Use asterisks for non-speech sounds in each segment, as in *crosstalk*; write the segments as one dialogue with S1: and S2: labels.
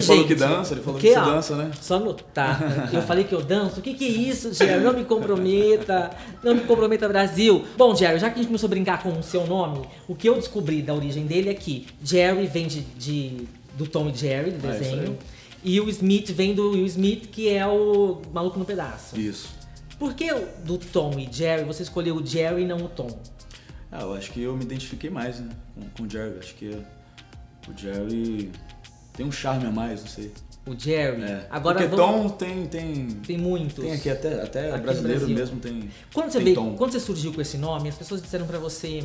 S1: Ele falou que dança, ele falou que,
S2: que,
S1: você
S2: ó,
S1: dança, né?
S2: Só notar. Eu falei que eu danço. O que, que é isso, Diário? Não me comprometa. Não me comprometa, Brasil. Bom, Jerry, já que a gente começou a brincar com o seu nome, o que eu descobri da origem dele é que Jerry vem de, de- do Tom e Jerry, do
S1: Ah, isso
S2: desenho.
S1: aí.
S2: e o Smith vem do Will Smith, que é o Maluco no Pedaço.
S1: Isso.
S2: Por que o- do Tom e Jerry você escolheu o Jerry e não o Tom?
S1: Ah, eu acho que eu me identifiquei mais, né? Com, com o Jerry. Acho que o Jerry tem um charme a mais, não sei.
S2: O Jerry.
S1: É.
S2: Agora
S1: Porque
S2: vamos-
S1: Tom tem. Tem,
S2: Tem muitos.
S1: tem aqui até, até
S2: Aqui no
S1: brasileiro
S2: Brasil.
S1: mesmo tem.
S2: Quando você,
S1: tem
S2: veio,
S1: Tom.
S2: quando você surgiu com esse nome, as pessoas disseram pra você: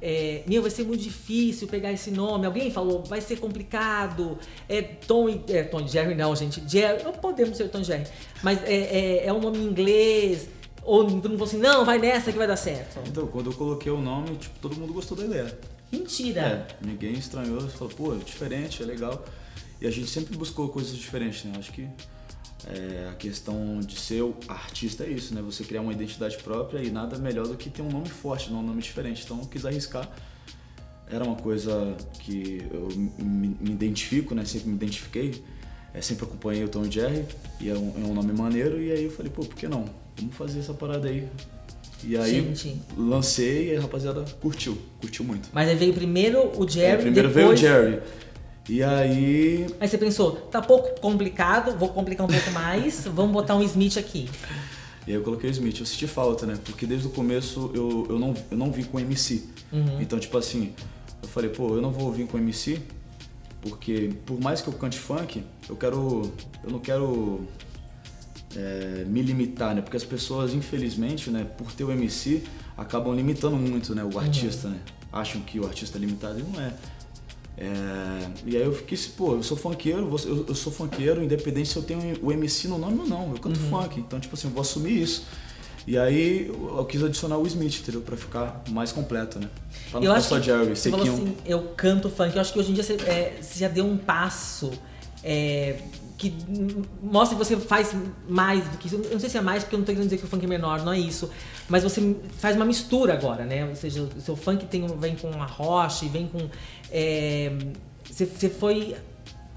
S2: é, Meu, vai ser muito difícil pegar esse nome. Alguém falou, vai ser complicado. É Tom e. É Tom e Jerry, não, gente. Jerry. Não podemos ser Tom e Jerry. Mas é, é, é um nome em inglês. Ou todo mundo falou assim: Não, vai nessa que vai dar certo.
S1: Então, quando eu coloquei o nome, tipo, todo mundo gostou da ideia.
S2: Mentira.
S1: É, ninguém estranhou, falou, pô, é diferente, é legal. E a gente sempre buscou coisas diferentes, né? Acho que é, a questão de ser o artista é isso, né? Você criar uma identidade própria e nada melhor do que ter um nome forte, não um nome diferente. Então eu quis arriscar. Era uma coisa que eu me, me identifico, né? Sempre me identifiquei. É, sempre acompanhei o Tom e Jerry e é um, é um nome maneiro. E aí eu falei, pô, por que não? Vamos fazer essa parada aí. E aí
S2: Gente.
S1: lancei e a rapaziada curtiu, curtiu muito.
S2: Mas aí veio primeiro o Jerry.
S1: É, primeiro
S2: depois...
S1: veio o Jerry. E aí.
S2: Aí você pensou, tá pouco complicado, vou complicar um pouco mais, vamos botar um Smith aqui.
S1: E aí eu coloquei o Smith. Eu senti falta, né? Porque desde o começo eu, eu, não, eu não vim com MC.
S2: Uhum.
S1: Então, tipo assim, eu falei, pô, eu não vou vir com MC, porque por mais que eu cante funk, eu quero. Eu não quero é, me limitar, né? Porque as pessoas, infelizmente, né, por ter o MC, acabam limitando muito,
S2: Uhum.
S1: né, o artista, né? Acham que o artista é limitado e não é. É, e aí eu fiquei assim, pô, eu sou funkeiro, você- eu, eu sou funkeiro, independente se eu tenho o MC no nome ou não, eu canto
S2: Uhum.
S1: funk, então tipo assim, eu vou assumir isso. E aí eu, eu quis adicionar o Smith, entendeu? Pra ficar mais completo, né? Pra não
S2: eu
S1: ficar
S2: acho
S1: só
S2: que
S1: Jerry, um
S2: você falou
S1: sequinho.
S2: assim, eu canto funk. Eu acho que hoje em dia você, é, você já deu um passo é, que m- mostra que você faz mais do que isso. Eu não sei se é mais, porque eu não tô querendo dizer que o funk é menor, não é isso. Mas você faz uma mistura agora, né? Ou seja, o seu funk tem, um- vem com uma rocha e vem com. é, você, você foi.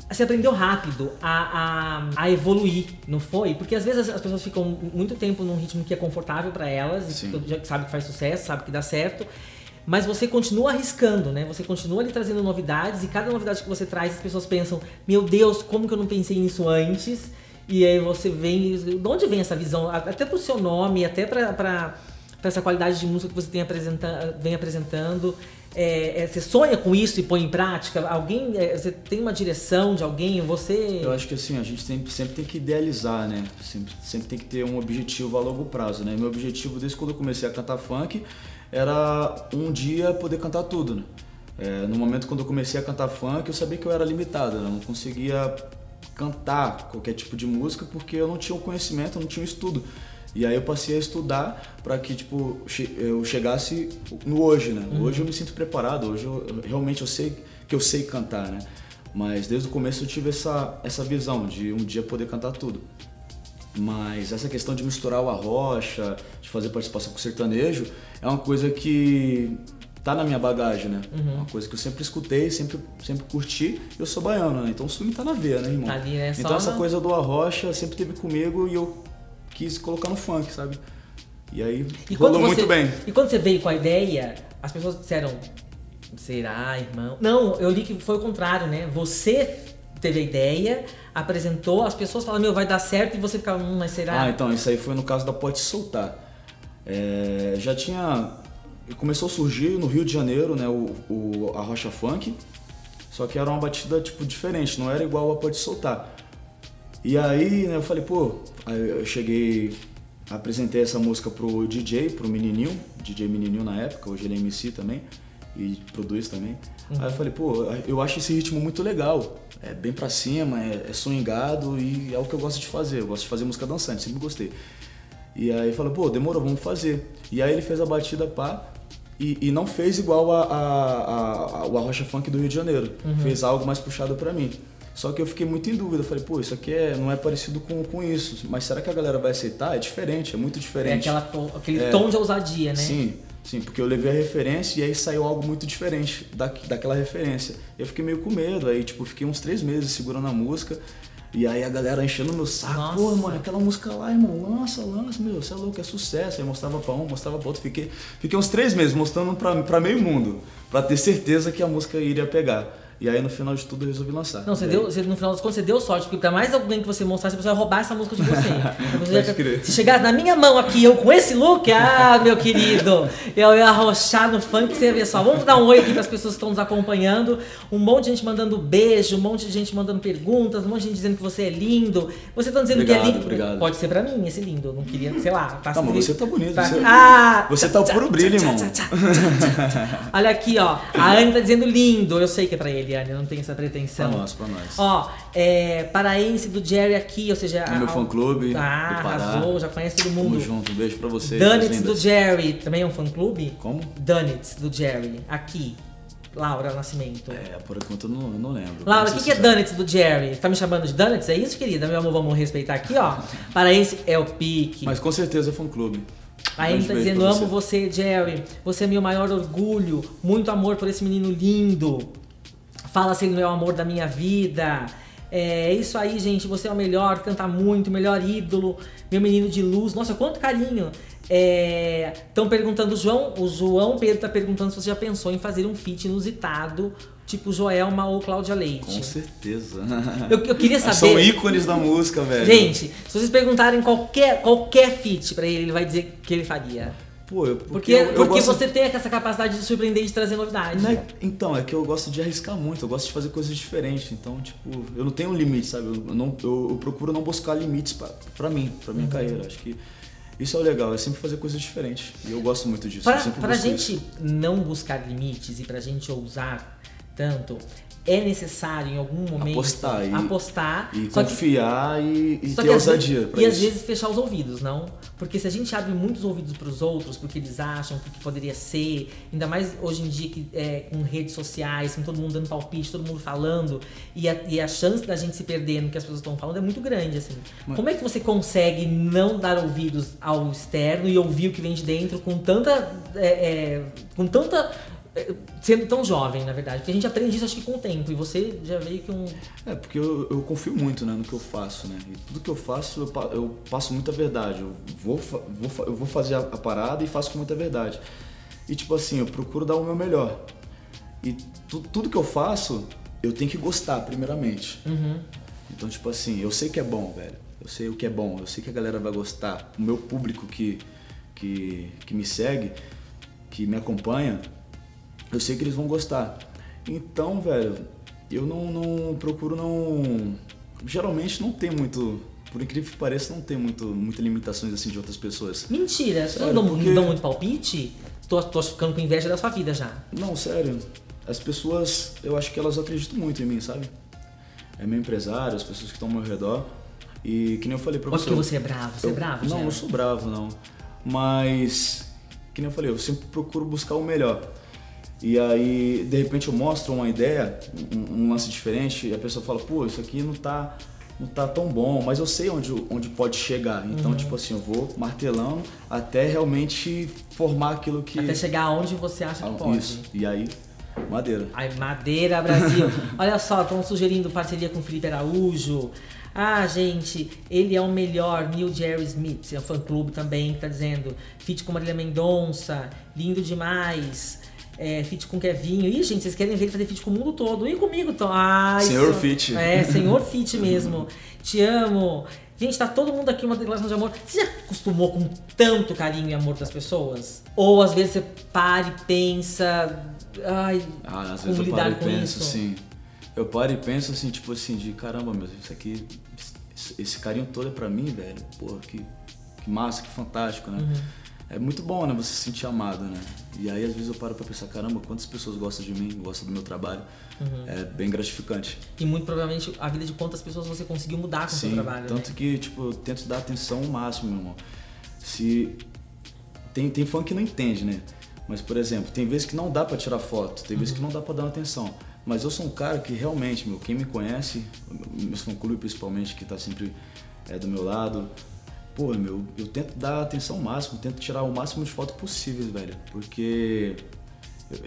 S2: Você aprendeu rápido a, a, a evoluir, não foi? Porque às vezes as pessoas ficam muito tempo num ritmo que é confortável pra elas, e
S1: Sim.
S2: todo- já sabe que faz sucesso, sabe que dá certo. Mas você continua arriscando, né? Você continua ali trazendo novidades e cada novidade que você traz, as pessoas pensam: meu Deus, como que eu não pensei nisso antes? E aí você vem. e- De onde vem essa visão? A- Até pro seu nome, até pra, pra, pra essa qualidade de música que você tem apresenta, vem apresentando. É, é, você sonha com isso e põe em prática? Alguém. é, você tem uma direção de alguém? Você.
S1: Eu acho que assim, a gente sempre, sempre tem que idealizar, né? Sempre, sempre tem que ter um objetivo a longo prazo, né? Meu objetivo desde quando eu comecei a cantar funk era um dia poder cantar tudo, né? É, no momento quando eu comecei a cantar funk, eu sabia que eu era limitado, né? eu não conseguia cantar qualquer tipo de música porque eu não tinha o conhecimento, eu não tinha o estudo. E aí eu passei a estudar para que tipo che- eu chegasse no hoje, né? Hoje eu me sinto preparado, hoje eu, eu- realmente eu sei que eu sei cantar, né? Mas desde o começo eu tive essa, essa visão de um dia poder cantar tudo. Mas essa questão de misturar o arrocha, de fazer participação com o sertanejo, é uma coisa que tá na minha bagagem, né?
S2: Uhum.
S1: Uma coisa que eu sempre escutei, sempre, sempre curti. Eu sou baiano, né? Então o swing tá na veia, né, irmão?
S2: Tá ali, né? Só
S1: Então essa
S2: na-
S1: coisa do arrocha sempre teve comigo e eu quis colocar no funk, sabe? E aí rolou
S2: quando
S1: muito
S2: você-
S1: bem.
S2: E quando você veio com a ideia, as pessoas disseram: será, irmão? Não, eu li que foi o contrário, né? Você teve a ideia, apresentou, as pessoas falaram: meu, vai dar certo, e você ficava: hum, mas será?
S1: Ah, então, isso aí foi no caso da Pode Soltar. É, já tinha. Começou a surgir no Rio de Janeiro, né? O, o- a Rocha Funk. Só que era uma batida, tipo, diferente, não era igual a Pode Soltar. E aí, né, eu falei, pô, aí eu cheguei, apresentei essa música pro DJ, pro menininho, DJ menininho na época, hoje ele é MC também e produz também. Aí eu falei, pô, eu acho esse ritmo muito legal, é bem pra cima, é, é swingado e é o que eu gosto de fazer, eu gosto de fazer música dançante, sempre gostei. E aí falou, pô, demorou, vamos fazer. E aí ele fez a batida pá e, e não fez igual a, a, a- a- o Arrocha Funk do Rio de Janeiro. Fez algo mais puxado pra mim. Só que eu fiquei muito em dúvida. Eu Falei, pô, isso aqui é, não é parecido com, com isso. Mas será que a galera vai aceitar? É diferente, é muito
S2: é
S1: diferente.
S2: aquela, to- aquele
S1: É.
S2: tom de ousadia, né?
S1: Sim. Sim, porque eu levei a referência e aí saiu algo muito diferente da, daquela referência. Eu fiquei meio com medo, aí tipo, fiquei uns três meses segurando a música. E aí a galera enchendo meu saco,
S2: Nossa.
S1: pô, mano, aquela música lá, irmão, lança, lança, meu, você é louco, é sucesso. Aí mostrava pra um, mostrava pra outro, fiquei, fiquei uns três meses mostrando pra, pra meio mundo, pra ter certeza que a música iria pegar. E aí no final de tudo eu resolvi lançar.
S2: Não, você
S1: E aí-
S2: deu, você, no final das contas, você deu sorte, porque pra mais alguém que você mostrasse, a pessoa ia roubar essa música de
S1: *laughs*
S2: você. A pessoa ia-
S1: Pode crer.
S2: se chegasse na minha mão aqui, eu com esse look, ah, meu querido, eu ia arrochar no funk, você ia ver só. Vamos dar um oi aqui pras pessoas que estão nos acompanhando. Um monte de gente mandando beijo, um monte de gente mandando perguntas, um monte de gente dizendo que você é lindo. Você tá dizendo que é
S1: Obrigado,
S2: lindo.
S1: obrigado.
S2: Pode ser pra mim esse lindo, eu não queria, sei lá. Tá
S1: Não, mas
S2: escrito-
S1: você tá bonito, você-
S2: Ah!
S1: Você tá o puro brilho, irmão.
S2: *laughs* Olha aqui, ó. A Anne tá dizendo lindo. Eu sei que é pra ele, Anne. Eu não tenho essa
S1: Pra
S2: pretensão.
S1: nós, pra nós.
S2: Ó, é, paraense do Jerry aqui, ou seja...
S1: No meu
S2: a-
S1: fã-clube,
S2: Ah,
S1: do Pará.
S2: arrasou. Já conhece todo
S1: Tamo
S2: mundo.
S1: junto, um beijo pra vocês.
S2: Dunnits
S1: lindas.
S2: do Jerry. Também é um fã-clube?
S1: Como?
S2: Dunnits do Jerry. Aqui. Laura Nascimento.
S1: É, por enquanto eu não, eu não lembro.
S2: Laura,
S1: Pra
S2: o
S1: ser
S2: que, que é
S1: sincero.
S2: Dunnits do Jerry? Tá me chamando de Dunnits? É isso, querida? Meu amor, vamos respeitar aqui, ó. Paraense é o pique.
S1: Mas com certeza é fã-clube.
S2: A Anne
S1: Grande
S2: tá
S1: beijo
S2: dizendo,
S1: pra
S2: amo você, Jerry. Você é meu maior orgulho. Muito amor por esse menino lindo. Fala sendo meu é amor da minha vida. É isso aí, gente. Você é o melhor, canta muito, melhor ídolo, meu menino de luz. Nossa, quanto carinho! Estão perguntando, o João, o João Pedro tá perguntando se você já pensou em fazer um feat inusitado, tipo Joelma ou Cláudia Leite.
S1: Com certeza. Ah,
S2: Eu, eu queria saber.
S1: São ícones da música, velho.
S2: Gente, se vocês perguntarem qualquer, qualquer feat pra ele, ele vai dizer que ele faria.
S1: Pô, eu,
S2: Porque,
S1: eu- eu
S2: porque
S1: gosto-
S2: você tem essa capacidade de surpreender e de trazer novidade.
S1: Não é- então, é que eu gosto de arriscar muito, eu gosto de fazer coisas diferentes. Então, tipo, eu não tenho limite, sabe? Eu, não, eu, eu procuro não buscar limites pra, pra mim, pra
S2: Uhum.
S1: minha carreira. Acho que isso é o legal, é sempre fazer coisas diferentes. E eu gosto muito disso.
S2: Pra,
S1: eu sempre
S2: pra
S1: busco isso.
S2: gente não buscar limites e pra gente ousar tanto, é necessário em algum momento
S1: Apostar e-
S2: apostar,
S1: E
S2: só que-
S1: confiar e, e
S2: só
S1: ter
S2: que às
S1: ousadia
S2: vezes-
S1: pra
S2: E
S1: isso.
S2: às vezes fechar os ouvidos, não? Porque se a gente abre muitos ouvidos pros outros, porque eles acham, porque poderia ser, ainda mais hoje em dia que, é, com redes sociais, com todo mundo dando palpite, todo mundo falando, e a, e a chance da gente se perder no que as pessoas estão falando é muito grande, assim.
S1: Mas-
S2: Como é que você consegue não dar ouvidos ao externo e ouvir o que vem de dentro com tanta. é, é, com tanta. é, Sendo tão jovem, na verdade, porque a gente aprende isso acho que com o tempo, e você já veio que um.
S1: É, porque eu, eu confio muito né, no que eu faço, né? E tudo que eu faço, eu, pa- eu passo muita verdade. Eu vou, fa- vou fa- eu vou fazer a, a parada e faço com muita verdade. E tipo assim, eu procuro dar o meu melhor. E tu- tudo que eu faço, eu tenho que gostar, primeiramente. Então, tipo assim, eu sei que é bom, velho. Eu sei o que é bom, eu sei que a galera vai gostar. O meu público que, que, que me segue, que me acompanha, eu sei que eles vão gostar. Então, velho, eu não, não procuro não. Geralmente não tem muito. Por incrível que pareça, não tem muito, muitas limitações assim de outras pessoas.
S2: Mentira, você não
S1: Sério,
S2: dão,
S1: porque-
S2: não dão muito palpite? Tô, tô ficando com inveja da sua vida já.
S1: Não, sério. As pessoas, eu acho que elas acreditam muito em mim, sabe? É meu empresário, as pessoas que estão ao meu redor. E que nem eu falei pra
S2: Ou
S1: você.
S2: porque você é bravo, você
S1: eu,
S2: é bravo,
S1: Não,
S2: Gera?
S1: não sou bravo, não. Mas, que nem eu falei, eu sempre procuro buscar o melhor. E aí, de repente, eu mostro uma ideia, um, um lance diferente, e a pessoa fala, pô, isso aqui não tá, não tá tão bom, mas eu sei onde, onde pode chegar. Então,
S2: Uhum.
S1: tipo assim, eu vou martelando até realmente formar aquilo que.
S2: Até chegar aonde você acha que
S1: Ah,
S2: pode.
S1: Isso. E aí, madeira.
S2: Ai, Madeira Brasil. Olha só, estão sugerindo parceria com Felipe Araújo. Ah, gente, ele é o melhor. Neil Jerry Smith, é um fã-clube também, que tá dizendo. Fit com Marília Mendonça, lindo demais. É, fit com Kevinho. Ih, gente, vocês querem ver ele fazer fit com o mundo todo. E comigo, Tom. Ai,
S1: Senhor
S2: só-
S1: fit.
S2: É, senhor fit mesmo. Te amo. Gente, tá todo mundo aqui uma declaração de amor. Você já acostumou com tanto carinho e amor das pessoas? Ou às vezes você para e pensa. Ai,
S1: Ah, às
S2: como
S1: vezes eu
S2: lidar
S1: paro e
S2: com
S1: penso
S2: isso?
S1: assim. Eu paro e penso assim, tipo assim, de caramba, meu, isso aqui, esse- esse carinho todo é pra mim, velho. Porra, que, que massa, que fantástico, né?
S2: Uhum.
S1: É muito bom, né? Você se sentir amado, né? E aí às vezes eu paro pra pensar, caramba, quantas pessoas gostam de mim, gostam do meu trabalho.
S2: Uhum.
S1: É bem gratificante.
S2: E muito provavelmente a vida de quantas pessoas você conseguiu mudar com o seu
S1: Sim,
S2: trabalho. né?
S1: tanto que, tipo, eu tento dar atenção ao máximo, meu irmão. Se. Tem, tem fã que não entende, né? Mas, por exemplo, tem vezes que não dá pra tirar foto, tem vezes que não dá pra dar uma atenção. Mas eu sou um cara que realmente, meu, quem me conhece, meus fã-clube principalmente, que tá sempre é, do meu lado, pô, meu, eu tento dar atenção máxima, tento tirar o máximo de foto possível, velho. Porque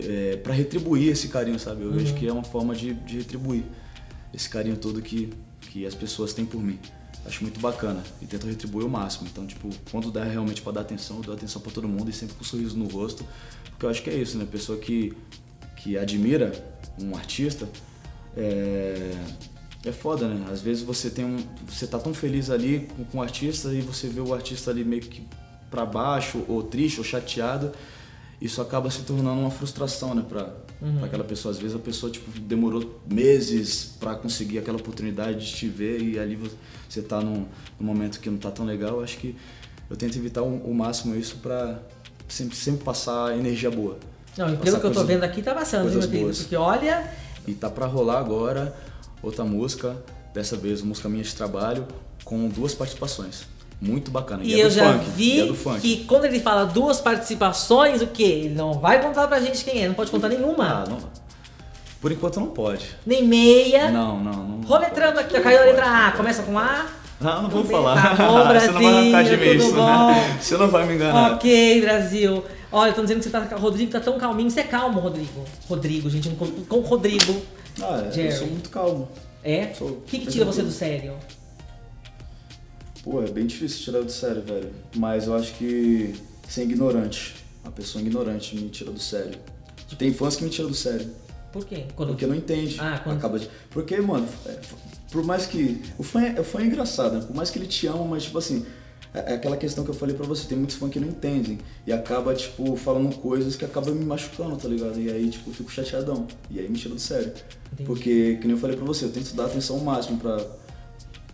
S1: é, para retribuir esse carinho, sabe? Eu vejo que é uma forma de, de retribuir esse carinho todo que, que as pessoas têm por mim. Acho muito bacana e tento retribuir o máximo. Então, tipo, quando dá realmente para dar atenção, eu dou atenção para todo mundo e sempre com um sorriso no rosto, porque eu acho que é isso, né? Pessoa que, que admira um artista é, é foda, né? Às vezes você tem um, você tá tão feliz ali com, com o artista e você vê o artista ali meio que para baixo, ou triste, ou chateado, isso acaba se tornando uma frustração, né, pra,
S2: Uhum.
S1: pra aquela pessoa. Às vezes a pessoa, tipo, demorou meses pra conseguir aquela oportunidade de te ver e ali vo- você tá num, num momento que não tá tão legal. Eu Acho que eu tento evitar o, o máximo isso pra sempre, sempre passar energia boa.
S2: Não, e pelo
S1: Passar
S2: que eu tô
S1: coisas-
S2: vendo aqui, tá passando, viu,
S1: coisas
S2: meu querido?
S1: boas.
S2: Porque olha,
S1: E tá pra rolar agora outra música, dessa vez uma música minha de trabalho, com duas participações. Muito bacana.
S2: e
S1: é
S2: eu
S1: do
S2: já
S1: funk, e é
S2: vi
S1: do funk.
S2: que quando ele fala duas participações, o quê? Ele não vai contar pra gente quem é, não pode contar nenhuma.
S1: Ah, não. Por enquanto não pode.
S2: Nem meia.
S1: Não, não, não.
S2: É? Roletrando aqui, já
S1: Não
S2: caiu a
S1: pode,
S2: letra
S1: não
S2: A,
S1: pode.
S2: começa com A.
S1: Não, não vou
S2: Tudo bem,
S1: falar.
S2: tá bom,
S1: *laughs* Você não vai matar de
S2: Brasil,
S1: mim isso,
S2: tudo
S1: né? *laughs*
S2: bom?
S1: Você *laughs* não vai me enganar.
S2: Ok, Brasil. Olha, estão dizendo que você tá, o Rodrigo tá tão calminho. Você é calmo, Rodrigo. Rodrigo, gente, com, com o Rodrigo.
S1: Ah, é,
S2: Jerry.
S1: eu sou muito calmo.
S2: É?
S1: Sou
S2: O que, que tira você do sério?
S1: Pô, é bem difícil tirar do sério, velho. Mas eu acho que ser ignorante. Uma pessoa ignorante me tira do sério. Tem fãs que me tiram do sério.
S2: Por quê? Quando-
S1: Porque não entende.
S2: Ah, quando-
S1: Acaba de... Porque, mano, é, f- por mais que. O fã é, o fã é engraçado, né? Por mais que ele te ama, mas, tipo assim. É é aquela questão que eu falei pra você, tem muitos fãs que não entendem. E acaba, tipo, falando coisas que acabam me machucando, tá ligado? E aí, tipo, eu fico chateadão. E aí me tira do sério.
S2: Entendi.
S1: Porque, que nem eu falei pra você, eu tento dar atenção máxima pra,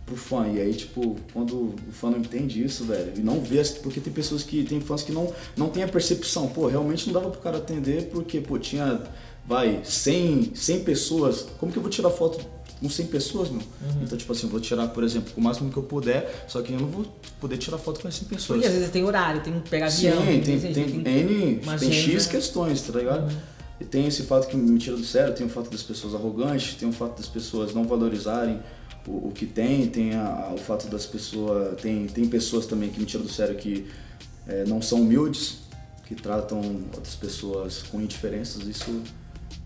S1: pro fã. E aí, tipo, quando o fã não entende isso, velho, e não vê, porque tem pessoas que, tem fãs que não, não tem a percepção. Pô, realmente não dava pro cara atender porque, pô, tinha, vai, 100, 100 pessoas. Como que eu vou tirar foto com 100 pessoas, meu?
S2: Uhum.
S1: Então, tipo assim, eu vou tirar, por exemplo, com o máximo que eu puder, só que eu não vou poder tirar foto com as 100 pessoas.
S2: Porque às vezes tem horário, tem que pegar
S1: Sim,
S2: avião.
S1: tem, tem, é, N,
S2: uma
S1: tem X
S2: agenda. Uhum.
S1: questões, tá ligado? E tem esse fato que me tira do sério, tem o fato das pessoas arrogantes, tem o fato das pessoas não valorizarem o, o que tem, tem a- a- o fato das pessoas. Tem, tem pessoas também que me tiram do sério que eh, não são humildes, que tratam outras pessoas com indiferenças, isso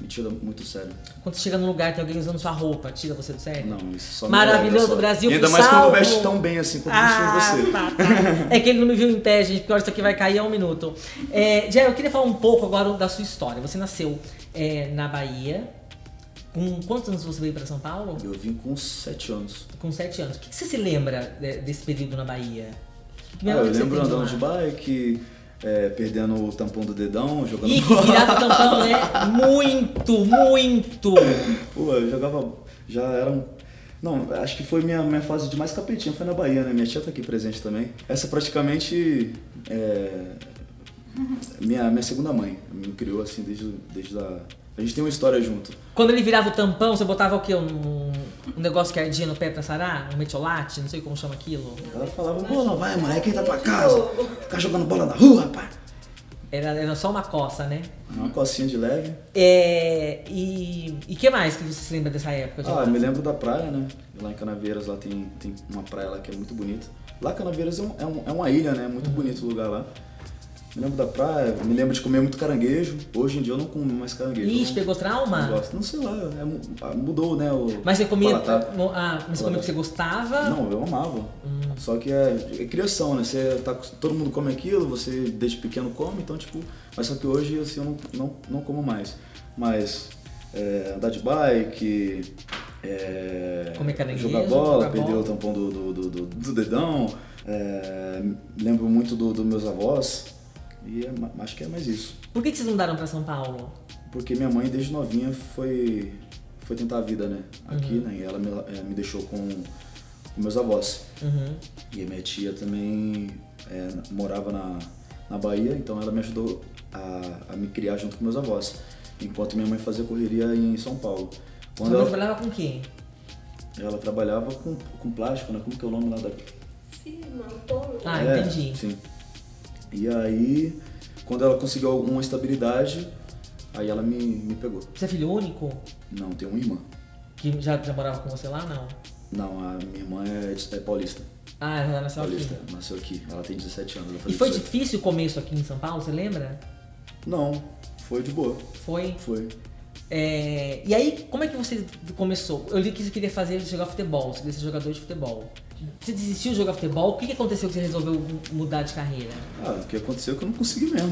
S1: me tira muito do sério.
S2: Quando você chega num lugar tem alguém usando sua roupa, tira você do sério?
S1: Não, isso só me
S2: Maravilhoso
S1: dói, só-
S2: Brasil,
S1: E Ainda
S2: fui
S1: mais quando
S2: salvo.
S1: veste tão bem assim como
S2: Ah,
S1: vesti você.
S2: tá, tá. *laughs* É que ele não me viu em pé, gente, porque olha, isso aqui vai cair a um minuto. É, Jair, eu queria falar um pouco agora da sua história. Você nasceu é, na Bahia. Com quantos anos você veio para São Paulo?
S1: Eu vim com 7 anos.
S2: Com sete anos. O que, que você se lembra de- desse período na Bahia? Que
S1: Ah, eu
S2: memória que você né?
S1: lembro
S2: tem
S1: andando
S2: lá?
S1: de bike, é, perdendo o tampão do dedão, jogando
S2: Ih, que virado tampão, né? Muito, muito.
S1: *laughs* Pô, eu jogava. Já era um. Não, acho que foi minha, minha fase de mais capetinha, foi na Bahia, né? Minha tia tá aqui presente também. Essa praticamente
S2: *laughs*
S1: é. Minha, minha segunda mãe. Me criou assim desde, desde a. A gente tem uma história junto.
S2: Quando ele virava o tampão, você botava o quê? Um, um negócio que ardia no pé pra sarar? Um metiolate? Não sei como chama aquilo.
S1: Ela falava, bola, vai, moleque, entra pra casa. Ficar jogando bola na rua, rapaz.
S2: Era, era só uma coça, né?
S1: Uma cocinha de leve.
S2: É, e o que mais que você se lembra dessa época?
S1: Ah,
S2: Jonathan?
S1: me lembro da praia, né? Lá em Canaveiras, lá tem, tem uma praia lá que é muito bonita. Lá Canaveiras é, um- é um- é uma ilha, né?
S2: Uhum.
S1: Muito bonito o lugar lá. Me lembro da praia, me lembro de comer muito caranguejo. Hoje em dia eu não como mais caranguejo.
S2: Ixi,
S1: eu
S2: pegou
S1: não, não
S2: trauma?
S1: gosto. Não sei lá, é mu- ah, mudou, né? O
S2: Mas você comia.
S1: paladar.
S2: Ah, mas você comia o que você gostava?
S1: tá? Não, eu amava. Só que é, é criação, né? Você tá, acos- todo mundo come aquilo, você desde pequeno come, então tipo. Mas só que hoje assim, eu não, não, não como mais. Mas é, andar de bike, é,
S2: Comer caranguejo,
S1: jogar bola,
S2: jogar
S1: perder
S2: bola.
S1: o tampão do, do, do, do- do dedão. é, lembro muito dos do meus avós. E é ma- acho que é mais isso.
S2: Por que, que vocês mudaram pra São Paulo?
S1: Porque minha mãe, desde novinha, foi, foi tentar a vida, né? Aqui, né? E ela me, eh, me deixou com, com meus avós.
S2: Uhum.
S1: E a minha tia também eh, morava na, na Bahia, então ela me ajudou a, a me criar junto com meus avós. Enquanto minha mãe fazia correria em São Paulo. Quando
S2: Você
S1: ela,
S2: trabalhava com quem?
S1: ela trabalhava com, com plástico, né? Como que é o nome lá da...
S3: Firma, autônomo.
S2: Ah,
S1: É,
S2: entendi.
S1: Sim. E aí, quando ela conseguiu alguma estabilidade, aí ela me, me pegou.
S2: Você é filho único?
S1: Não, tem uma irmã.
S2: Que já, já morava com você lá? Não.
S1: Não, a minha irmã é, é paulista.
S2: Ah, ela nasceu aqui.
S1: Paulista, nasceu aqui. Ela tem 17 anos. ela
S2: E
S1: faz
S2: foi
S1: 18.
S2: difícil o começo aqui em São Paulo, você lembra?
S1: Não, foi de boa.
S2: Foi?
S1: Foi.
S2: É, e aí, como é que você começou? Eu li que você queria fazer jogar futebol, você queria ser jogador de futebol. Você desistiu de jogar futebol? O que que aconteceu que você resolveu mudar de carreira?
S1: Ah, o que aconteceu é que eu não consegui mesmo.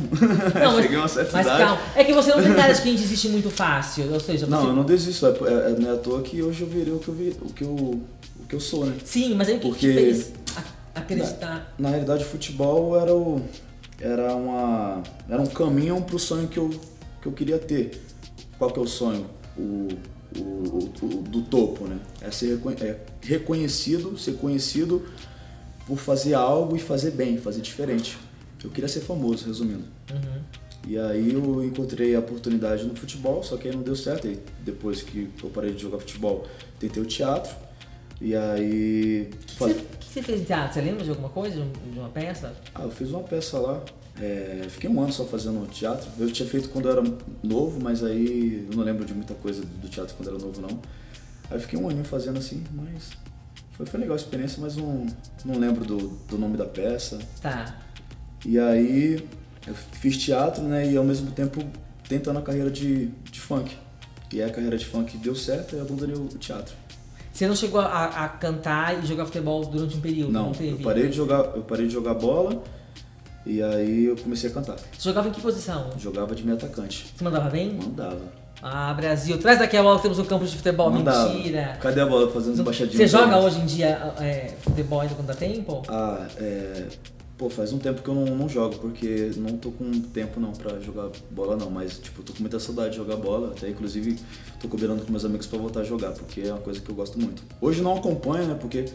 S2: Não, mas-
S1: *laughs* Cheguei a uma certa
S2: Mas
S1: idade.
S2: calma, é que você não tem cara de quem desiste muito fácil. Ou seja,
S1: Não,
S2: você-
S1: eu não desisto. É, é, é- não é à toa que hoje eu virei o que eu, vi, o que eu, o que eu sou, né?
S2: Sim, mas aí o que,
S1: Porque-
S2: que fez a- acreditar?
S1: Na realidade, o futebol era o era uma era um caminho pro sonho que eu que eu queria ter. Qual que é o sonho? O, o, o- o- do topo, né? É ser recon- é reconhecido, ser conhecido por fazer algo e fazer bem, fazer diferente. Eu queria ser famoso, resumindo.
S2: Uhum.
S1: E aí eu encontrei a oportunidade no futebol, só que aí não deu certo. E depois que eu parei de jogar futebol, tentei o teatro. E aí.
S2: O que,
S1: faz-
S2: você- o que você fez em teatro? Você lembra de alguma coisa, de um- de uma peça?
S1: Ah, eu fiz uma peça lá. é, fiquei um ano só fazendo teatro. Eu tinha feito quando eu era novo, mas aí eu não lembro de muita coisa do teatro quando eu era novo, não. Aí eu fiquei um aninho fazendo assim, mas foi, foi legal a experiência, mas não, não lembro do, do nome da peça.
S2: Tá.
S1: E aí eu fiz teatro, né? E ao mesmo tempo tentando a carreira de, de funk. E aí a carreira de funk deu certo e eu abandonei o teatro.
S2: Você não chegou a, a cantar e jogar futebol durante um período?
S1: Não,
S2: teve?
S1: eu parei de jogar, eu parei de jogar bola e aí eu comecei a cantar.
S2: Você jogava em que posição?
S1: Jogava de meio atacante.
S2: Você mandava bem?
S1: Mandava.
S2: Ah, Brasil, traz daqui a bola que temos um campo de futebol.
S1: Mandava.
S2: Mentira.
S1: Cadê a bola fazendo as baixadinhas?
S2: Você joga
S1: um Gente.
S2: hoje em dia é, futebol ainda quando dá tempo?
S1: Ah, é. Pô, faz um tempo que eu não, não jogo, porque não tô com tempo não pra jogar bola não, mas tipo, tô com muita saudade de jogar bola, até inclusive tô combinando com meus amigos pra voltar a jogar, porque é uma coisa que eu gosto muito. Hoje não acompanho, né, porque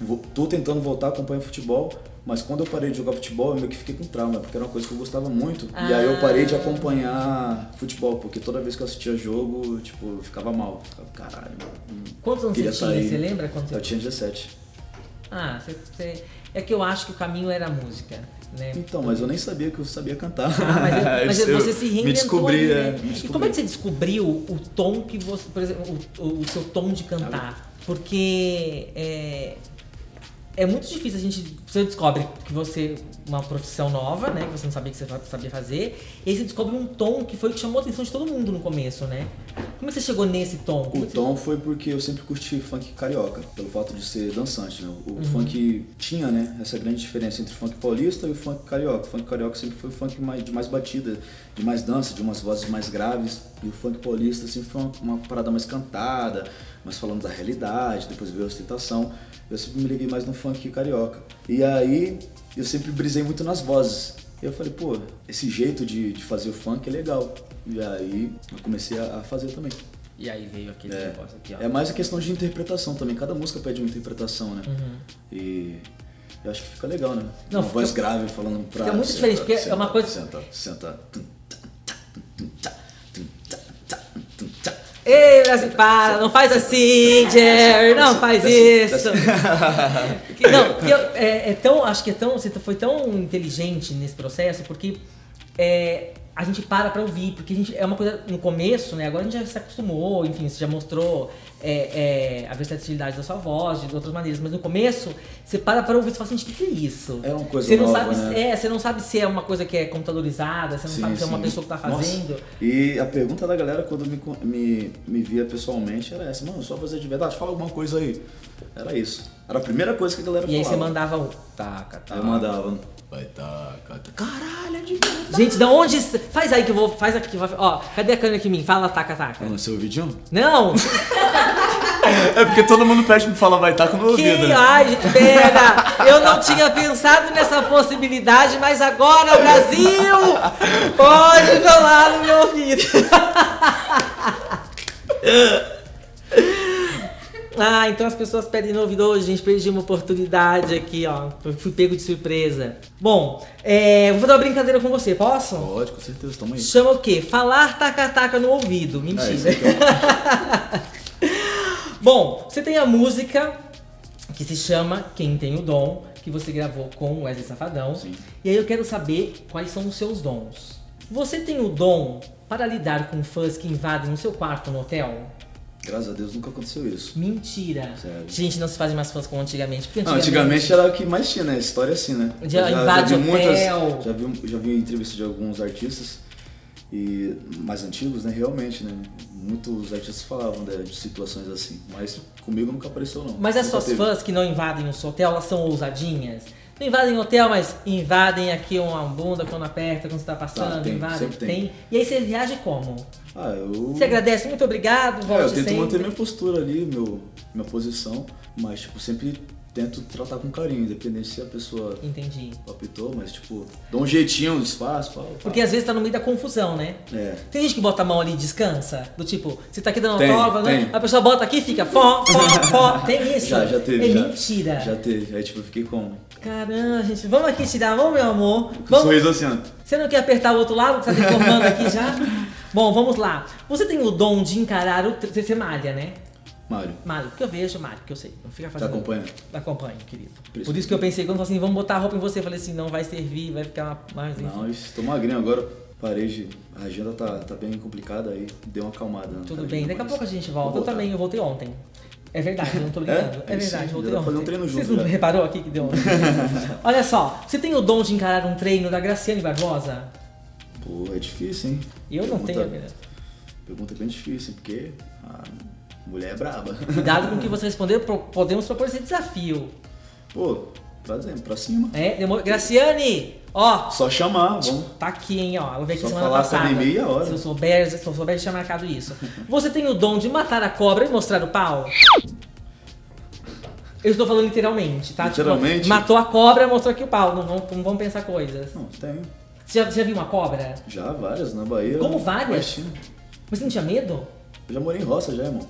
S1: vo- tô tentando voltar, acompanho futebol, mas quando eu parei de jogar futebol, eu meio que fiquei com trauma, porque era uma coisa que eu gostava muito, e aí eu parei de
S2: Ah.
S1: acompanhar futebol, porque toda vez que eu assistia jogo, tipo, eu ficava mal, ficava, caralho, mano,
S2: Quantos anos
S1: Queria
S2: você tinha?
S1: sair.
S2: Você lembra quando
S1: eu
S2: você...
S1: tinha 17.
S2: Ah, você, você- É que eu acho que o caminho era a música, né?
S1: Então, mas eu nem sabia que eu sabia cantar. *laughs*
S2: Ah, mas, eu- mas
S1: Eu
S2: você se reinventou.
S1: Me descobri,
S2: ali,
S1: é,
S2: né?
S1: me
S2: E como
S1: descobri.
S2: é que você descobriu o tom que você. Por exemplo, o, o seu tom de cantar? Porque é, é muito difícil a gente. Você descobre que você. é Uma profissão nova, né? Que você não sabia que você sabia fazer. E aí você descobre um tom que foi o que chamou a atenção de todo mundo no começo, né? Como é que você chegou nesse tom? Como
S1: O
S2: é que você-
S1: tom foi porque eu sempre curti funk carioca, pelo fato de ser dançante, né? O funk tinha, né, essa grande diferença entre o funk paulista e o funk carioca. O funk carioca sempre foi o funk mais, de mais batida, de mais dança, de umas vozes mais graves. E o funk paulista sempre foi uma, uma parada mais cantada, mais falando da realidade, depois veio a ostentação. Eu sempre me liguei mais no funk carioca. E aí, eu sempre brisei muito nas vozes. E eu falei, pô, esse jeito de, de fazer o funk é legal. E aí, eu comecei a- a fazer também.
S2: E aí veio aquele negócio aqui, ó.
S1: É mais a questão de interpretação também. Cada música pede uma interpretação, né? E eu acho que fica legal, né?
S2: Uhum. Não,
S1: uma
S2: fica-
S1: voz grave falando pra.
S2: fica muito diferente, porque é uma coisa-
S1: Senta, senta. tum, tá,
S2: Ei, Brasil, para, não faz assim, Jerry, não faz isso. Que- *laughs* Não, que eu- é, é tão, acho que é tão, você foi tão inteligente nesse processo, porque é, a gente para pra ouvir, porque a gente, é uma coisa, no começo, né, agora a gente já se acostumou, enfim, você já mostrou é, é, a versatilidade da sua voz, de outras maneiras, mas no começo, você para pra ouvir, você fala assim, gente, o que que é isso?
S1: É uma coisa
S2: você não
S1: nova,
S2: sabe,
S1: né?
S2: é, você não sabe se é uma coisa que é computadorizada, você não
S1: Sim,
S2: sabe se é uma
S1: sim.
S2: pessoa que tá
S1: Nossa.
S2: fazendo.
S1: E a pergunta da galera quando me, con- me, me via pessoalmente era essa: mano, só fazer de verdade, fala alguma coisa aí. Era isso. Era a primeira coisa que a galera
S2: E aí você
S1: falava.
S2: mandava o taca,
S1: Aí eu mandava.
S4: Vai taca, taca.
S1: Caralho, é de verdade.
S2: Gente, da onde. est- Faz aí que eu vou. Faz aqui. vai- Ó, cadê a câmera aqui em mim? Fala, taca, taca.
S1: É no seu vídeo?
S2: Não!
S1: É porque todo mundo pede pra falar vai estar com o meu ouvido,
S2: Que.
S1: né?
S2: Ai, gente, pera! Eu não tinha pensado nessa possibilidade, mas agora, Brasil! Pode falar no meu ouvido! *laughs* Ah, então as pessoas pedem no ouvido hoje, gente. Perdi uma oportunidade aqui, ó. Fui pego de surpresa. Bom, é, vou fazer uma brincadeira com você, posso?
S1: Pode, com certeza, tamo aí.
S2: Chama o quê? Falar taca-taca no ouvido.
S1: É, isso
S2: Mentira.
S1: aqui é uma-
S2: *laughs* Bom, você tem a música que se chama Quem Tem o Dom, que você gravou com o Wesley Safadão.
S1: Sim.
S2: E aí eu quero saber quais são os seus dons. Você tem o dom para lidar com fãs que invadem o seu quarto no hotel?
S1: Graças a Deus nunca aconteceu isso.
S2: Mentira.
S1: Sério.
S2: Gente, não se fazem mais fãs como antigamente. Porque
S1: Não,
S2: antigamente,
S1: antigamente era o que mais tinha, né? História assim, né? Eu
S2: Já invade
S1: vi
S2: hotel.
S1: muitas, já vi, já vi entrevista de alguns artistas e mais antigos, né? Realmente, né? Muitos artistas falavam né, de situações assim, mas comigo nunca apareceu não.
S2: Mas é as
S1: Nunca
S2: suas
S1: teve.
S2: fãs que não invadem o seu hotel, elas são ousadinhas. Não invadem o hotel, mas invadem aqui uma bunda quando aperta, quando você tá passando,
S1: Ah, tem,
S2: invadem.
S1: sempre tem.
S2: E aí você reage como?
S1: Ah, eu
S2: Você é agradece, muito obrigado,
S1: É,
S2: volte
S1: eu tento
S2: sempre.
S1: manter minha postura ali, meu, minha posição, mas tipo, sempre tento tratar com carinho, independente se a pessoa
S2: Entendi.
S1: palpitou, mas tipo, dou um jeitinho, desfaz, pá, pá.
S2: Porque às vezes tá no meio da confusão, né?
S1: É.
S2: Tem gente que bota a mão ali e descansa, do tipo, você tá aqui dando
S1: Tem,
S2: uma prova, né?
S1: tem.
S2: A pessoa bota aqui e fica fó, fó,
S1: *laughs*
S2: fó. Tem isso.
S1: Já, já teve.
S2: É
S1: já,
S2: mentira.
S1: Já teve. Aí tipo, eu fiquei com um
S2: Caramba, gente, vamos aqui tirar a mão, meu amor. Vamos,
S1: sorriso assim, ó.
S2: Você não quer apertar o outro lado que tá deformando aqui já? Bom, vamos lá. Você tem o dom de encarar o. Você você malha, né?
S1: Mário,
S2: Mário, porque eu vejo, Mário, que eu sei. Não fica
S1: tá
S2: fazendo.
S1: acompanhando?
S2: Acompanho, querido.
S1: Por isso
S2: Por isso que eu pensei, quando eu falei assim, vamos botar a roupa em você, eu falei assim, não vai servir, vai ficar uma. Mas, enfim.
S1: Não, estou magrinho agora. Parei de. A agenda tá, tá bem complicada aí. Deu uma acalmada. né?
S2: Tudo
S1: Parei
S2: bem,
S1: de
S2: daqui a
S1: mais.
S2: pouco a gente
S1: Vou
S2: volta. Eu
S1: voltar.
S2: também, eu voltei ontem. É verdade, eu não tô brincando. É,
S1: É? É,
S2: verdade,
S1: sim,
S2: eu
S1: dá
S2: voltei
S1: pra
S2: ontem.
S1: fazer um treino
S2: Vocês
S1: junto
S2: não
S1: já.
S2: repararam aqui que deu
S1: *laughs*
S2: ontem? Olha só, você tem o dom de encarar um treino da Graciane Barbosa?
S1: Pô, é difícil, hein?
S2: Eu não tenho,
S1: Pergunta-
S2: né? Almeida.
S1: Pergunta é bem difícil, porque a mulher é braba. *laughs*
S2: Cuidado com o que você responder, pro- podemos propor esse desafio.
S1: Pô, pra, dentro, pra cima.
S2: É, demor... Graciane, ó,
S1: Só chamar, vamos.
S2: tá aqui, hein, ó. Eu vi aqui
S1: Só
S2: semana
S1: falar
S2: passada.
S1: sobre mim e a hora.
S2: Se eu souber, se eu souber, eu tinha marcado isso. Você tem o dom de matar a cobra e mostrar o pau? Eu estou falando literalmente, tá? Tipo,
S1: Literalmente?
S2: matou a cobra, mostrou aqui o pau. Não vão, não vão pensar coisas.
S1: Não, tem.
S2: Você já, você já viu uma cobra?
S1: Já várias na Bahia.
S2: Como várias?
S1: Imagina.
S2: Mas você não tinha medo?
S1: Eu já morei em roça já, irmão.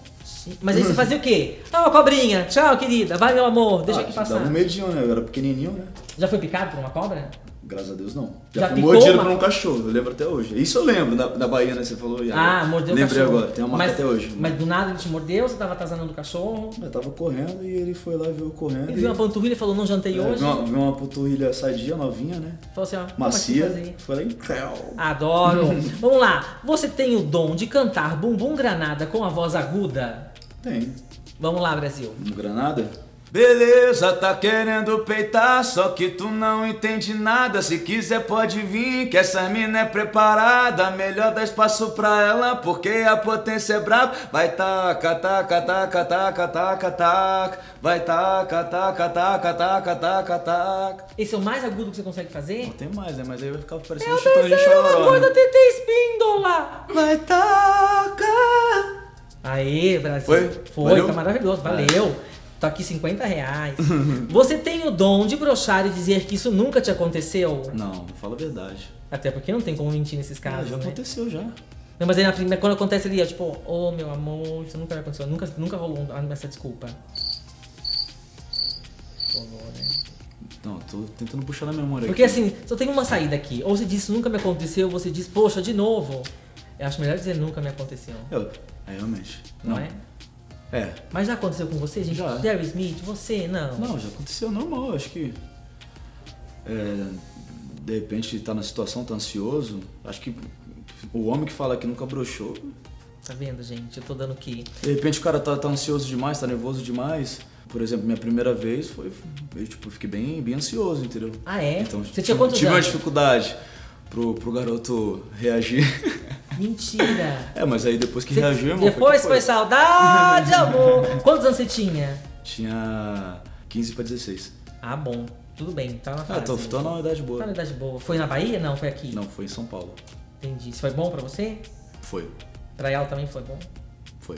S1: *laughs*
S2: Mas aí você fazia o quê? Ah, uma cobrinha. Tchau, querida. Vai, meu amor. Deixa
S1: Ah,
S2: aqui passar.
S1: Dava um medinho, né? Eu era pequenininho, né?
S2: Já foi picado por uma cobra?
S1: Graças a Deus, não.
S2: Já
S1: Já, fui
S2: picou
S1: mordido
S2: uma?
S1: por um cachorro, eu lembro até hoje. Isso eu lembro, da, da Bahia, né? Você falou. e aí,
S2: Ah, mordeu o
S1: Lembrei
S2: cachorro.
S1: agora, tem uma marca
S2: mas,
S1: até hoje.
S2: Mas do nada ele te mordeu, você tava atazanando o cachorro.
S1: Eu tava correndo e ele foi lá, viu eu correndo.
S2: Ele viu uma panturrilha e falou, não jantei
S1: é,
S2: hoje.
S1: viu uma, viu uma panturrilha sadia, novinha, né?
S2: Falou assim, ó, "Como é que eu vou
S1: Macia.
S2: fazer?"
S1: Foi lá em creu.
S2: Adoro.
S1: *laughs*
S2: Vamos lá. Você tem o dom de cantar bumbum granada com a voz aguda?
S1: Tem.
S2: Vamos lá, Brasil.
S1: No Granada? Beleza, tá querendo peitar, só que tu não entende nada. Se quiser, pode vir, que essa mina é preparada. Melhor dar espaço pra ela, porque a potência é braba. Vai taca, taca, taca, taca, taca, taca. Vai taca, taca, taca, taca, taca, taca.
S2: Esse é o mais agudo que você consegue fazer?
S1: Tem mais, né? Mas aí vai ficar parecendo
S2: É o
S1: chutão de
S2: terceiro labor da
S1: chororó. né?
S2: TT Espíndola.
S1: Vai taca.
S2: Aê, Brasil.
S1: Foi?
S2: Foi,
S1: Valeu?
S2: tá maravilhoso. Valeu. Tô aqui
S1: *laughs*
S2: 50 reais. você tem o dom de brochar e dizer que isso nunca te aconteceu?
S1: Não, fala a verdade.
S2: Até porque não tem como mentir nesses casos,
S1: já
S2: né?
S1: aconteceu já.
S2: Não, mas aí na primeira, quando acontece ali, é tipo, ô meu amor, isso nunca vai acontecer, nunca, nunca rolou um- essa desculpa. Rolou, né?
S1: Não, tô tentando puxar na memória
S2: Porque assim, só tem uma saída aqui. Ou você diz, isso nunca me aconteceu, ou você diz, poxa, de novo. Eu acho melhor dizer, nunca me aconteceu,
S1: Eu, é, realmente.
S2: não, é?
S1: É.
S2: Mas já aconteceu com você, gente?
S1: Já.
S2: Jerry Smith, você, não.
S1: Não, já aconteceu normal, acho que. é, de repente tá na situação, tá ansioso. Acho que o homem que fala que nunca broxou.
S2: Tá vendo, gente? Eu tô dando que...
S1: De repente o cara tá, tá ansioso demais, tá nervoso demais. Por exemplo, minha primeira vez foi. Eu tipo, fiquei bem, bem ansioso, entendeu?
S2: Ah, é?
S1: Então,
S2: você tinha
S1: tive-
S2: quantos
S1: Tive uma
S2: anos?
S1: dificuldade pro, pro garoto reagir. *laughs*
S2: Mentira.
S1: é, mas aí depois que
S2: Você-
S1: reagiu, irmão.
S2: Depois
S1: foi,
S2: foi
S1: que foi. *laughs*
S2: saudade, amor. Quantos anos você tinha?
S1: Tinha 15 pra 16.
S2: Ah, bom. Tudo bem, tá na
S1: Ah,
S2: fase.
S1: tô, tô na idade boa.
S2: Tá na idade boa. Foi na Bahia? Não, foi aqui.
S1: Não, foi em São Paulo.
S2: Entendi. Isso foi bom pra você?
S1: Foi,
S2: Pra ela também foi bom?
S1: foi.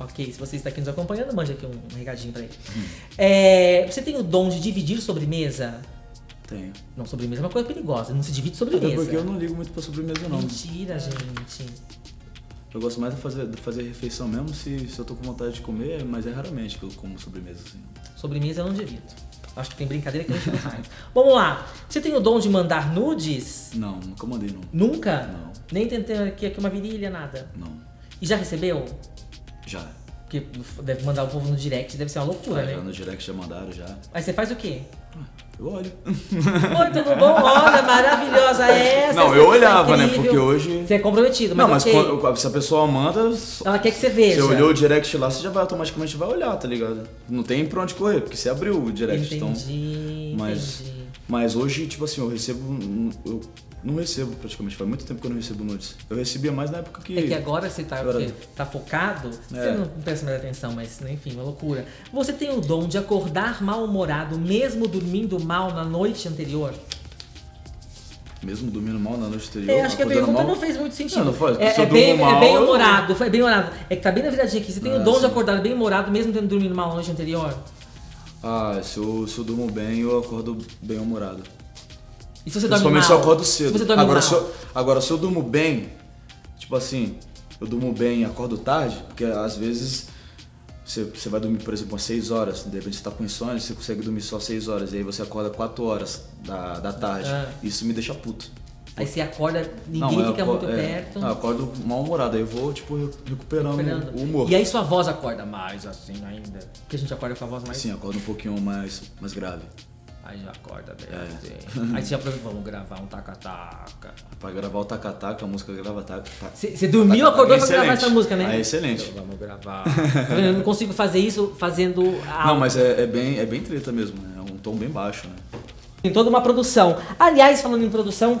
S2: Ok, se você está aqui nos acompanhando, mande aqui um recadinho pra ele.
S1: Hum.
S2: É, você tem o dom de dividir sobremesa?
S1: Tenho.
S2: Não, sobremesa é uma coisa perigosa. Não se divide
S1: Até
S2: sobremesa.
S1: porque eu não ligo muito pra sobremesa, não.
S2: Mentira, gente.
S1: Eu gosto mais de fazer, de fazer refeição mesmo se, se eu tô com vontade de comer, mas é raramente que eu como sobremesa assim.
S2: Sobremesa eu não divido. Acho que tem brincadeira que a gente não faz. *laughs* Vamos lá. Você tem o dom de mandar nudes?
S1: Não, nunca mandei, não.
S2: Nunca?
S1: Não.
S2: Nem tentei aqui, aqui uma virilha, nada.
S1: Não.
S2: E já recebeu?
S1: Já.
S2: Porque deve mandar o povo no direct, deve ser uma loucura,
S1: Ah, já
S2: né?
S1: no direct já mandaram já.
S2: Aí você faz o quê?
S1: Eu olho.
S2: Oi, tudo bom? Olha, maravilhosa essa.
S1: não,
S2: essa
S1: eu
S2: aqui tá
S1: olhava, né?
S2: incrível.
S1: Porque hoje.
S2: Você é comprometido, mas,
S1: não, mas
S2: ok.
S1: quando- se a pessoa manda.
S2: Ela quer que você
S1: Você
S2: veja.
S1: olhou né, o direct lá, você já vai automaticamente vai olhar, tá ligado? Não tem pra onde correr, porque você abriu o direct.
S2: Entendi,
S1: Então, mas-
S2: entendi.
S1: Mas hoje, tipo assim, eu recebo. Eu não recebo praticamente, faz muito tempo que eu não recebo nudes. Eu recebia mais na época que.
S2: É que agora você tá,
S1: Agora-
S2: porque tá focado, você
S1: É.
S2: não presta mais atenção, mas né, enfim, uma loucura. Você tem o dom de acordar mal-humorado, mesmo dormindo mal na noite anterior?
S1: Mesmo dormindo mal na noite anterior.
S2: É, acho que a
S1: acordando
S2: pergunta
S1: mal,
S2: não fez muito sentido.
S1: Não, não faz.
S2: É,
S1: Se eu
S2: é bem,
S1: durmo
S2: é
S1: mal,
S2: bem
S1: eu-
S2: humorado, foi bem humorado. É que tá bem na viradinha aqui. Você tem o
S1: Ah,
S2: dom de
S1: sim.
S2: acordar bem humorado, mesmo tendo dormido mal na noite anterior?
S1: Ah, se eu, se eu durmo bem, eu acordo bem humorado.
S2: E se você dorme mal?
S1: Principalmente se eu acordo cedo.
S2: Se você dorme
S1: agora,
S2: mal?
S1: se eu, agora, se eu durmo bem, tipo assim, eu durmo bem e acordo tarde, porque às vezes você, você vai dormir, por exemplo, às 6 horas, de repente você tá com insônia, você consegue dormir só 6 horas, e aí você acorda 4 horas da, da tarde.
S2: Ah.
S1: Isso me deixa puto.
S2: Aí você acorda, ninguém
S1: eu
S2: fica
S1: aco-
S2: muito
S1: é,
S2: perto.
S1: não, eu acordo mal-humorado, aí eu vou, tipo, re- recuperando
S2: Fernando.
S1: o humor.
S2: E aí sua voz acorda mais assim ainda. Porque a gente acorda com a voz mais.
S1: Sim, eu acordo um pouquinho mais, mais grave.
S2: Aí já acorda bem.
S1: É.
S2: assim. Aí você já falou, vamos gravar um taca-taca.
S1: Pra gravar o Takataka, a música grava taca. taca.
S2: Você você dormiu,
S1: Taca-taca
S2: acordou
S1: é
S2: pra gravar
S1: excelente.
S2: essa música, né?
S1: É excelente.
S2: Vamos gravar. Eu não consigo fazer isso fazendo a
S1: Não, mas é, é bem, é bem treta mesmo, né? É um tom bem baixo, né?
S2: Tem toda uma produção. Aliás, falando em produção,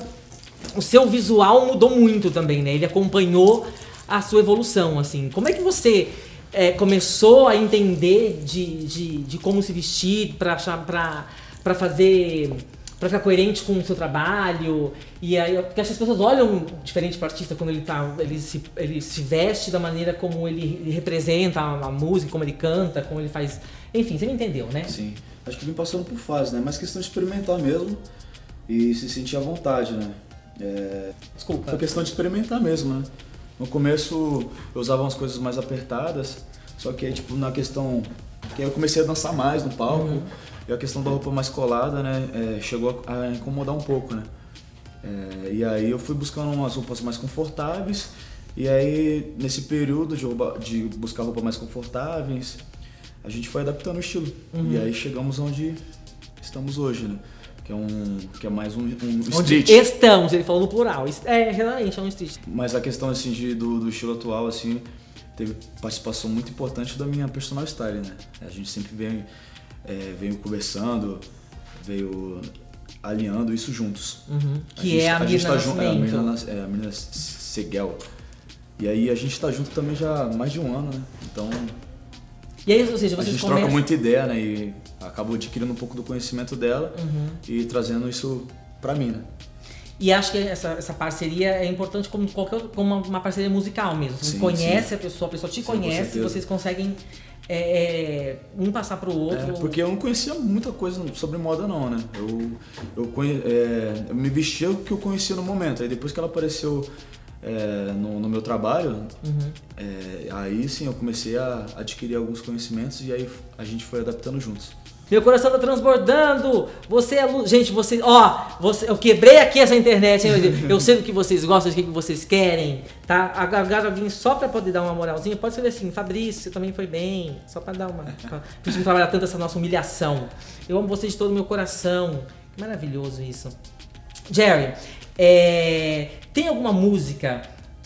S2: o seu visual mudou muito também, né? Ele acompanhou a sua evolução, assim. Como é que você eh, começou a entender de, de, de como se vestir pra, achar- pra, pra fazer... Pra ficar coerente com o seu trabalho. E aí, porque acho que as pessoas olham diferente pro artista quando ele tá. Ele se, ele se veste da maneira como ele, ele representa a, a música, como ele canta, como ele faz. Enfim, você me entendeu, né?
S1: Sim. Acho que vim passando por fase, né? Mas questão de experimentar mesmo e se sentir à vontade, né? É...
S2: Desculpa.
S1: Foi questão de experimentar mesmo, né? No começo eu usava umas coisas mais apertadas, só que aí, tipo, na questão. que aí eu comecei a dançar mais no palco,
S2: Uhum.
S1: e a questão da roupa mais colada, né? é, chegou a a incomodar um pouco, né? É, e aí eu fui buscando umas roupas mais confortáveis, e aí nesse período de, rouba- de buscar roupas mais confortáveis, a gente foi adaptando o estilo. E
S2: Uhum.
S1: aí chegamos onde estamos hoje, né? Que é, um, que é mais um, um
S2: Onde
S1: street.
S2: estamos, ele falou no plural. Est- É, realmente, é um street.
S1: Mas a questão assim, de, do, do estilo atual, assim, teve participação muito importante da minha personal style, né? A gente sempre vem, é, veio conversando, veio alinhando isso juntos.
S2: Uhum.
S1: A
S2: Que
S1: gente-
S2: é a
S1: gente
S2: Mirna
S1: tá junto- é, a
S2: Nascimento.
S1: Mirna Nas- é, a Mirna Segel. E aí a gente tá junto também já há mais de um ano, né? Então
S2: E aí, ou seja,
S1: a
S2: vocês
S1: gente
S2: começam...
S1: troca muita ideia, né? E acabou adquirindo um pouco do conhecimento dela
S2: Uhum.
S1: e trazendo isso pra mim, né?
S2: E acho que essa, essa parceria é importante como, qualquer, como uma- uma parceria musical mesmo. Você
S1: Sim,
S2: conhece a pessoa, a pessoa te
S1: Sim, com
S2: conhece,
S1: certeza.
S2: vocês conseguem é, é, um passar pro outro.
S1: É, porque eu não conhecia muita coisa sobre moda não, né? Eu, eu, conhe- é, eu me vestia o que eu conhecia no momento. Aí depois que ela apareceu é, no, no meu trabalho,
S2: Uhum.
S1: é, aí sim eu comecei a adquirir alguns conhecimentos e aí a gente foi adaptando juntos.
S2: Meu coração tá transbordando! Você é luz. Gente, você. Ó, você... eu quebrei aqui essa internet, hein? Eu- Eu sei do que vocês gostam, do que vocês querem, tá? Agora alguém só pra poder dar uma moralzinha, pode escrever assim, Fabrício, você também foi bem. Só pra dar uma. Pra pra gente não trabalhar tanto essa nossa humilhação. Eu amo vocês de todo o meu coração. Que maravilhoso isso. Jerry, é, tem alguma música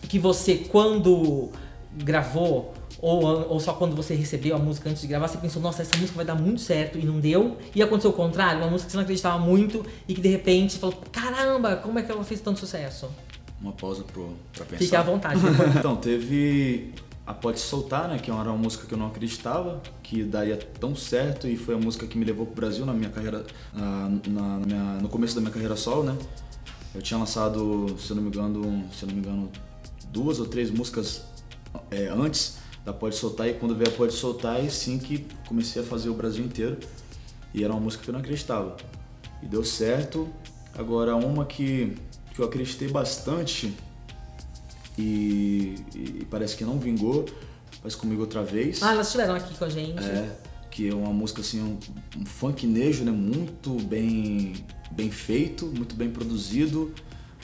S2: que você, quando gravou, ou, ou só quando você recebeu a música antes de gravar, você pensou, nossa, essa música vai dar muito certo e não deu? E aconteceu o contrário, uma música que você não acreditava muito e que de repente falou, caramba, como é que ela fez tanto sucesso?
S1: Uma pausa pro, pra pensar.
S2: Fique
S1: *laughs*
S2: à vontade.
S1: então, teve a Pode Soltar, né? Que era uma música que eu não acreditava que daria tão certo e foi a música que me levou pro Brasil na minha carreira, na, na- na minha- no começo da minha carreira solo, né? Eu tinha lançado, se eu não me engano, um- se eu não me engano duas ou três músicas é, antes da Pode Soltar e quando veio a Pode Soltar, aí sim que comecei a fazer o Brasil inteiro. E era uma música que eu não acreditava. E deu certo. Agora, uma que, que eu acreditei bastante e, e parece que não vingou, mas comigo outra vez.
S2: ah, elas estiveram aqui com a gente.
S1: é, que é uma música assim, um, um funknejo, né? Muito bem, bem feito, muito bem produzido,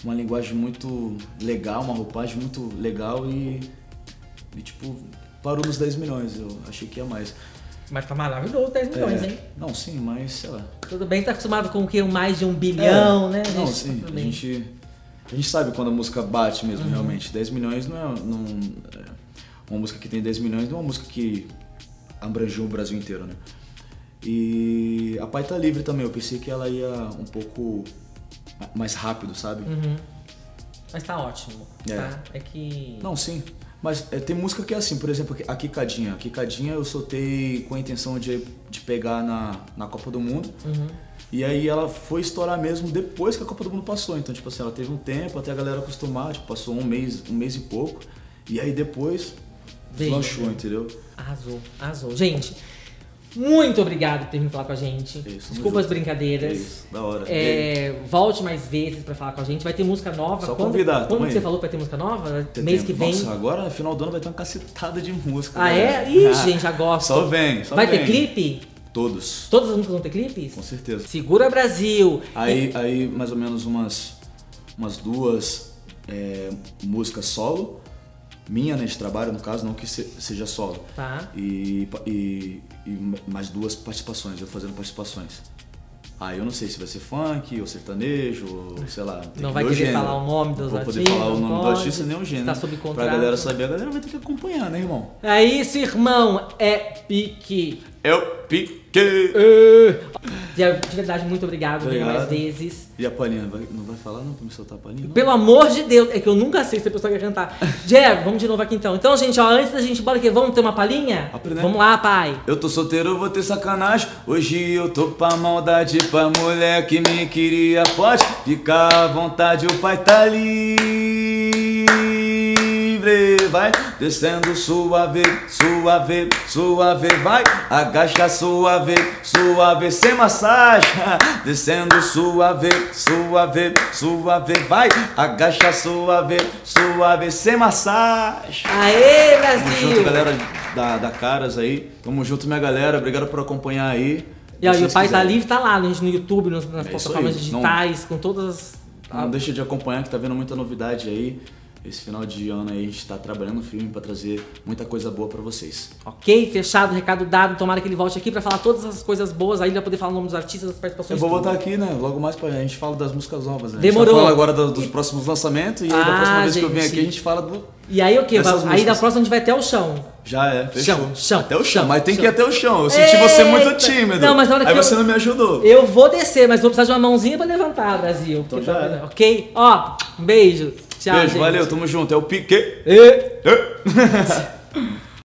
S1: uma linguagem muito legal, uma roupagem muito legal e, e tipo, parou nos 10 milhões, eu achei que ia mais.
S2: Mas tá maravilhoso 10 milhões,
S1: É,
S2: hein?
S1: Não, sim, mas sei lá.
S2: Tudo bem, tá acostumado com o quê? Mais de um bilhão,
S1: É,
S2: né?
S1: Não,
S2: Gente,
S1: sim,
S2: tudo
S1: a
S2: bem.
S1: gente, a gente sabe quando a música bate mesmo,
S2: Uhum.
S1: realmente. 10 milhões não é, não é- Uma música que tem 10 milhões não é uma música que abrangeu o Brasil inteiro, né? E a Pai Tá Livre também, eu pensei que ela ia um pouco ma- mais rápido, sabe?
S2: Uhum. Mas tá ótimo,
S1: É.
S2: tá? É que...
S1: Não, sim. Mas é, tem música que é assim, por exemplo, a Kikadinha. A Kikadinha eu soltei com a intenção de, de pegar na, na Copa do Mundo.
S2: Uhum.
S1: E aí ela foi estourar mesmo depois que a Copa do Mundo passou. Então, tipo assim, ela teve um tempo até a galera acostumar, tipo, passou um mês, um mês e pouco. E aí depois
S2: Veio,
S1: lanchou,
S2: né?
S1: entendeu?
S2: Arrasou, arrasasou. Gente, muito obrigado por ter vindo falar com a gente.
S1: É isso,
S2: Desculpa
S1: tamo
S2: as
S1: junto.
S2: brincadeiras.
S1: É isso, da hora.
S2: É, volte mais vezes pra falar com a gente. Vai ter música nova.
S1: Só
S2: quando,
S1: convidar, tamo
S2: Quando que
S1: aí.
S2: você falou que vai ter música nova?
S1: Tem
S2: Mês
S1: tempo.
S2: que vem.
S1: Nossa, agora no final do ano vai ter uma cacetada de música.
S2: ah,
S1: galera. *laughs*
S2: é? Ih, gente, já gosto.
S1: Só vem, só
S2: vai
S1: vem.
S2: ter clipe?
S1: Todos,
S2: Todas as músicas vão ter clipes?
S1: tá com certeza.
S2: Segura Brasil!
S1: Aí, aí mais ou menos umas, umas duas é, músicas solo, minha, né, de trabalho, no caso, não que se- seja solo.
S2: Tá.
S1: E, pa- e, e mais duas participações, eu fazendo participações. Aí eu não sei se vai ser funk ou sertanejo, ou sei lá. tem
S2: Não
S1: que
S2: vai
S1: ver o
S2: querer
S1: gênero.
S2: falar o nome dos
S1: Não vou poder
S2: artistas,
S1: falar o
S2: não
S1: nome do
S2: pode,
S1: artista nem o gênero.
S2: tá sob
S1: Pra
S2: contrato.
S1: galera saber, a galera vai ter que acompanhar, né, irmão?
S2: É isso, irmão! É pique!
S1: Eu piquei!
S2: De de verdade, muito obrigado. Venha mais
S1: Obrigado.
S2: vezes.
S1: E a palhinha, vai- não vai falar não pra me soltar a palhinha? não?
S2: Pelo amor de Deus, é que eu nunca sei se a pessoa quer cantar.
S1: *laughs*
S2: Diego, vamos de novo aqui então. Então, gente, ó, antes da gente ir embora aqui, vamos ter uma palhinha?
S1: Abre, né?
S2: Vamos lá, pai.
S1: Eu tô solteiro, eu vou ter sacanagem. Hoje eu tô pra maldade, pra mulher que me queria. Pode ficar à vontade, o pai tá livre. Vai descendo suave, suave, suave. Vai, agacha suave, suave, sem massagem. *laughs* Descendo suave, suave, suave. Vai, agacha suave, suave, sem massagem.
S2: Aê,
S1: Tamo junto,
S2: Brasil!
S1: galera da, da Caras aí. Tamo junto, minha galera. Obrigado por acompanhar aí.
S2: E aí,
S1: Se
S2: o pai
S1: quiser,
S2: tá livre, tá lá no, no YouTube, nas, nas
S1: É isso
S2: plataformas
S1: aí, não-
S2: digitais, com todas as.
S1: Não deixa de acompanhar, que tá vendo muita novidade aí. Esse final de ano aí a gente tá trabalhando o filme pra trazer muita coisa boa pra vocês.
S2: Ok, fechado, recado dado. Tomara que ele volte aqui pra falar todas as coisas boas. Aí ele vai poder falar o nome dos artistas, das
S1: Eu
S2: participações.
S1: vou
S2: tudo.
S1: voltar aqui, né? Logo mais pra a gente fala das músicas novas, né?
S2: Demorou.
S1: A gente tá falando agora do- dos próximos lançamentos e aí da
S2: Ah,
S1: próxima vez que eu
S2: gente.
S1: venho aqui a gente fala do.
S2: E aí o quê?
S1: Essas
S2: Aí da
S1: músicas.
S2: próxima a gente vai até o chão.
S1: Já é, fechou.
S2: Chão, chão,
S1: Até o chão,
S2: chão,
S1: mas tem
S2: chão.
S1: que ir até o chão. Eu senti você muito
S2: Eita.
S1: tímido.
S2: Não, mas na hora
S1: aí
S2: que eu-
S1: você não me ajudou.
S2: Eu vou descer, mas vou precisar de uma mãozinha pra levantar, Brasil.
S1: Então
S2: Porque
S1: já
S2: tá-
S1: era.
S2: Ok? Ó, um beijo. Tchau,
S1: Beijo,
S2: gente.
S1: valeu, tamo junto. É o Piquet.
S2: E-
S1: É.